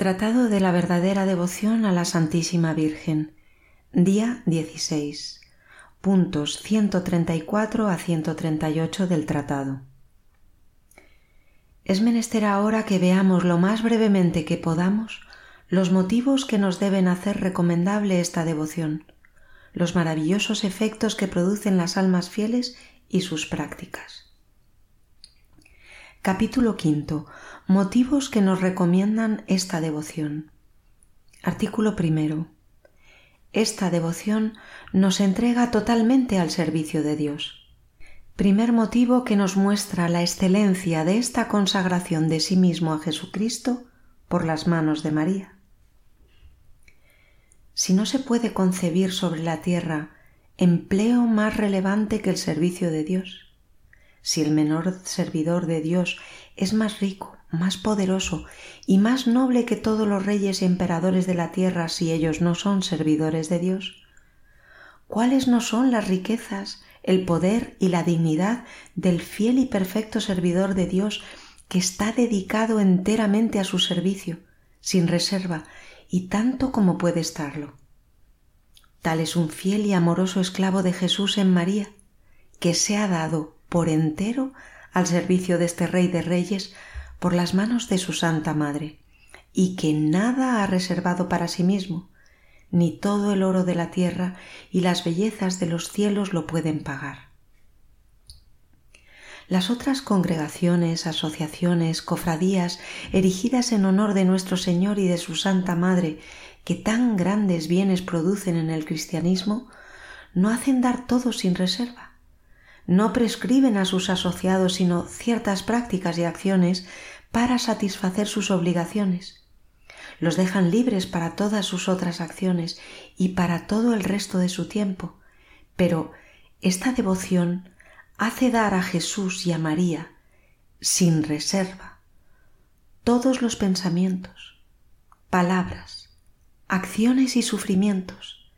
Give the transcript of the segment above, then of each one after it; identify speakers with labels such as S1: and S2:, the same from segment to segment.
S1: Tratado de la verdadera devoción a la Santísima Virgen. Día 16. Puntos 134 a 138 del tratado. Es menester ahora que veamos lo más brevemente que podamos los motivos que nos deben hacer recomendable esta devoción, los maravillosos efectos que producen las almas fieles y sus prácticas. Capítulo quinto. Motivos que nos recomiendan esta devoción. Artículo primero. Esta devoción nos entrega totalmente al servicio de Dios. Primer motivo que nos muestra la excelencia de esta consagración de sí mismo a Jesucristo por las manos de María. Si no se puede concebir sobre la tierra empleo más relevante que el servicio de Dios si el menor servidor de Dios es más rico, más poderoso y más noble que todos los reyes y emperadores de la tierra si ellos no son servidores de Dios? ¿Cuáles no son las riquezas, el poder y la dignidad del fiel y perfecto servidor de Dios que está dedicado enteramente a su servicio, sin reserva y tanto como puede estarlo? Tal es un fiel y amoroso esclavo de Jesús en María, que se ha dado por entero al servicio de este Rey de Reyes por las manos de su Santa Madre, y que nada ha reservado para sí mismo, ni todo el oro de la tierra y las bellezas de los cielos lo pueden pagar. Las otras congregaciones, asociaciones, cofradías, erigidas en honor de nuestro Señor y de su Santa Madre, que tan grandes bienes producen en el cristianismo, no hacen dar todo sin reserva no prescriben a sus asociados sino ciertas prácticas y acciones para satisfacer sus obligaciones. Los dejan libres para todas sus otras acciones y para todo el resto de su tiempo. Pero esta devoción hace dar a Jesús y a María, sin reserva, todos los pensamientos, palabras, acciones y sufrimientos,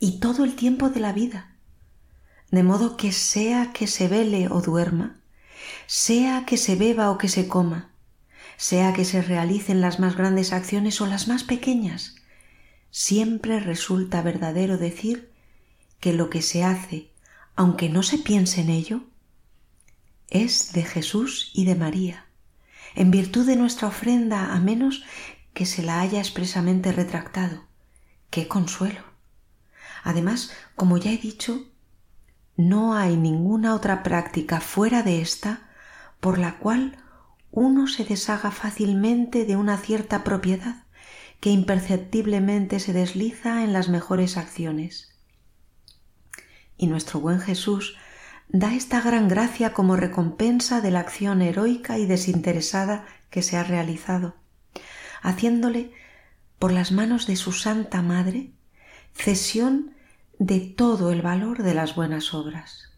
S1: y todo el tiempo de la vida de modo que sea que se vele o duerma, sea que se beba o que se coma, sea que se realicen las más grandes acciones o las más pequeñas, siempre resulta verdadero decir que lo que se hace, aunque no se piense en ello, es de Jesús y de María, en virtud de nuestra ofrenda a menos que se la haya expresamente retractado. ¡Qué consuelo! Además, como ya he dicho, no hay ninguna otra práctica fuera de esta por la cual uno se deshaga fácilmente de una cierta propiedad que imperceptiblemente se desliza en las mejores acciones. Y nuestro buen Jesús da esta gran gracia como recompensa de la acción heroica y desinteresada que se ha realizado, haciéndole por las manos de su Santa Madre cesión de todo el valor de las buenas obras.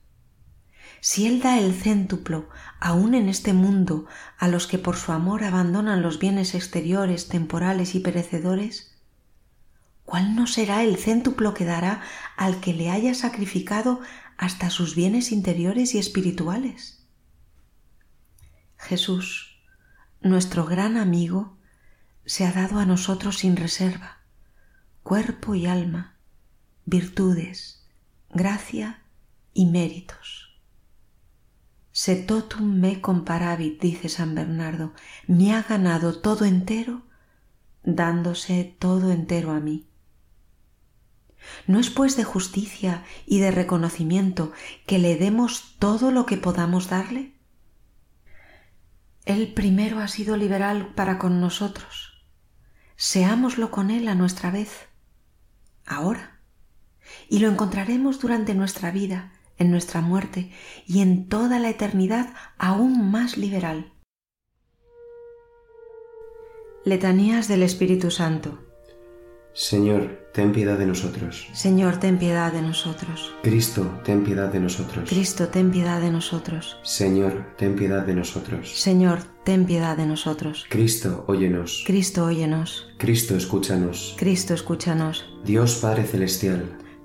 S1: Si Él da el céntuplo, aun en este mundo, a los que por su amor abandonan los bienes exteriores, temporales y perecedores, ¿cuál no será el céntuplo que dará al que le haya sacrificado hasta sus bienes interiores y espirituales? Jesús, nuestro gran amigo, se ha dado a nosotros sin reserva, cuerpo y alma, virtudes, gracia y méritos. Se totum me comparavit, dice San Bernardo, me ha ganado todo entero, dándose todo entero a mí. No es pues de justicia y de reconocimiento que le demos todo lo que podamos darle. Él primero ha sido liberal para con nosotros. Seámoslo con él a nuestra vez. Ahora y lo encontraremos durante nuestra vida, en nuestra muerte y en toda la eternidad aún más liberal. Letanías del Espíritu Santo.
S2: Señor, ten piedad de nosotros.
S1: Señor, ten piedad de nosotros.
S2: Cristo, ten piedad de nosotros.
S1: Cristo, ten piedad de nosotros.
S2: Señor, ten piedad de nosotros.
S1: Señor, ten piedad de nosotros.
S2: Cristo, óyenos.
S1: Cristo, óyenos.
S2: Cristo, escúchanos.
S1: Cristo, escúchanos.
S2: Dios Padre Celestial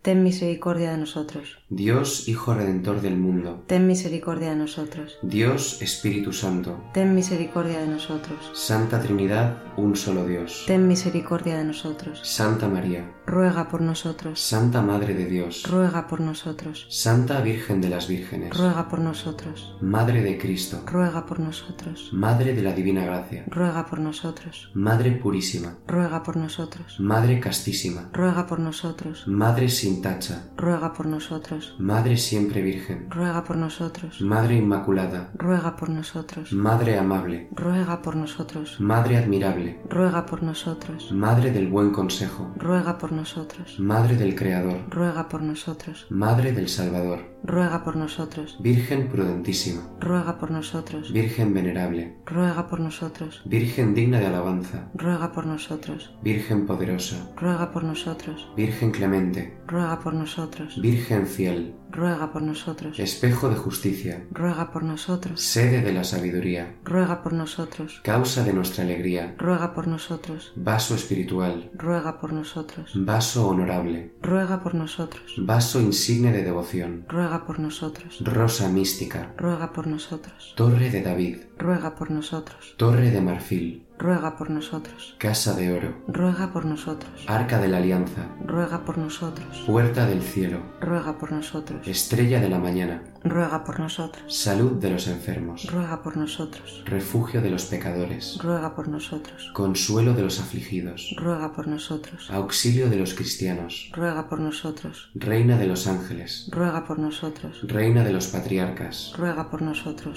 S1: Ten misericordia de nosotros.
S2: Dios Hijo Redentor del mundo,
S1: Ten misericordia de nosotros.
S2: Dios Espíritu Santo,
S1: Ten misericordia de nosotros.
S2: Santa Trinidad, un solo Dios.
S1: Ten misericordia de nosotros.
S2: Santa María,
S1: Ruega por nosotros.
S2: Santa Madre de Dios,
S1: Ruega por nosotros.
S2: Santa Virgen de las Vírgenes,
S1: Ruega por nosotros.
S2: Madre de Cristo,
S1: Ruega por nosotros.
S2: Madre de la Divina Gracia,
S1: Ruega por nosotros.
S2: Madre Purísima,
S1: Ruega por nosotros.
S2: Madre Castísima,
S1: Ruega por nosotros.
S2: Madre sin tacha,
S1: Ruega por nosotros.
S2: Madre siempre Virgen,
S1: Ruega por nosotros.
S2: Madre Inmaculada,
S1: Ruega por nosotros.
S2: Madre amable,
S1: Ruega por nosotros.
S2: Madre admirable,
S1: Ruega por nosotros.
S2: Madre del buen consejo,
S1: Ruega por nosotros.
S2: Madre del Creador,
S1: Ruega por nosotros.
S2: Madre del Salvador,
S1: Ruega por nosotros.
S2: Virgen prudentísima,
S1: Ruega por nosotros.
S2: Virgen venerable,
S1: Ruega por nosotros.
S2: Virgen digna de alabanza,
S1: Ruega por nosotros.
S2: Virgen poderosa,
S1: Ruega por nosotros.
S2: Virgen clemente,
S1: Ruega por nosotros.
S2: Virgen fiel,
S1: Ruega por nosotros.
S2: espejo de justicia,
S1: Ruega por nosotros.
S2: sede de la sabiduría,
S1: Ruega por nosotros.
S2: causa de nuestra alegría,
S1: Ruega por nosotros.
S2: vaso espiritual,
S1: Ruega por nosotros.
S2: vaso honorable,
S1: Ruega por nosotros.
S2: vaso insigne de devoción,
S1: Ruega por nosotros.
S2: rosa mística,
S1: Ruega por nosotros.
S2: torre de David,
S1: Ruega por nosotros.
S2: torre de marfil,
S1: Ruega por nosotros.
S2: casa de oro,
S1: Ruega por nosotros.
S2: arca de la alianza,
S1: Ruega por nosotros.
S2: puerta del cielo,
S1: Ruega por nosotros.
S2: estrella de la mañana,
S1: Ruega por nosotros.
S2: salud de los enfermos,
S1: Ruega por nosotros.
S2: refugio de los pecadores,
S1: Ruega por nosotros.
S2: consuelo de los afligidos,
S1: Ruega por nosotros.
S2: auxilio de los cristianos,
S1: Ruega por nosotros.
S2: reina de los ángeles,
S1: Ruega por nosotros.
S2: reina de los patriarcas,
S1: Ruega por nosotros.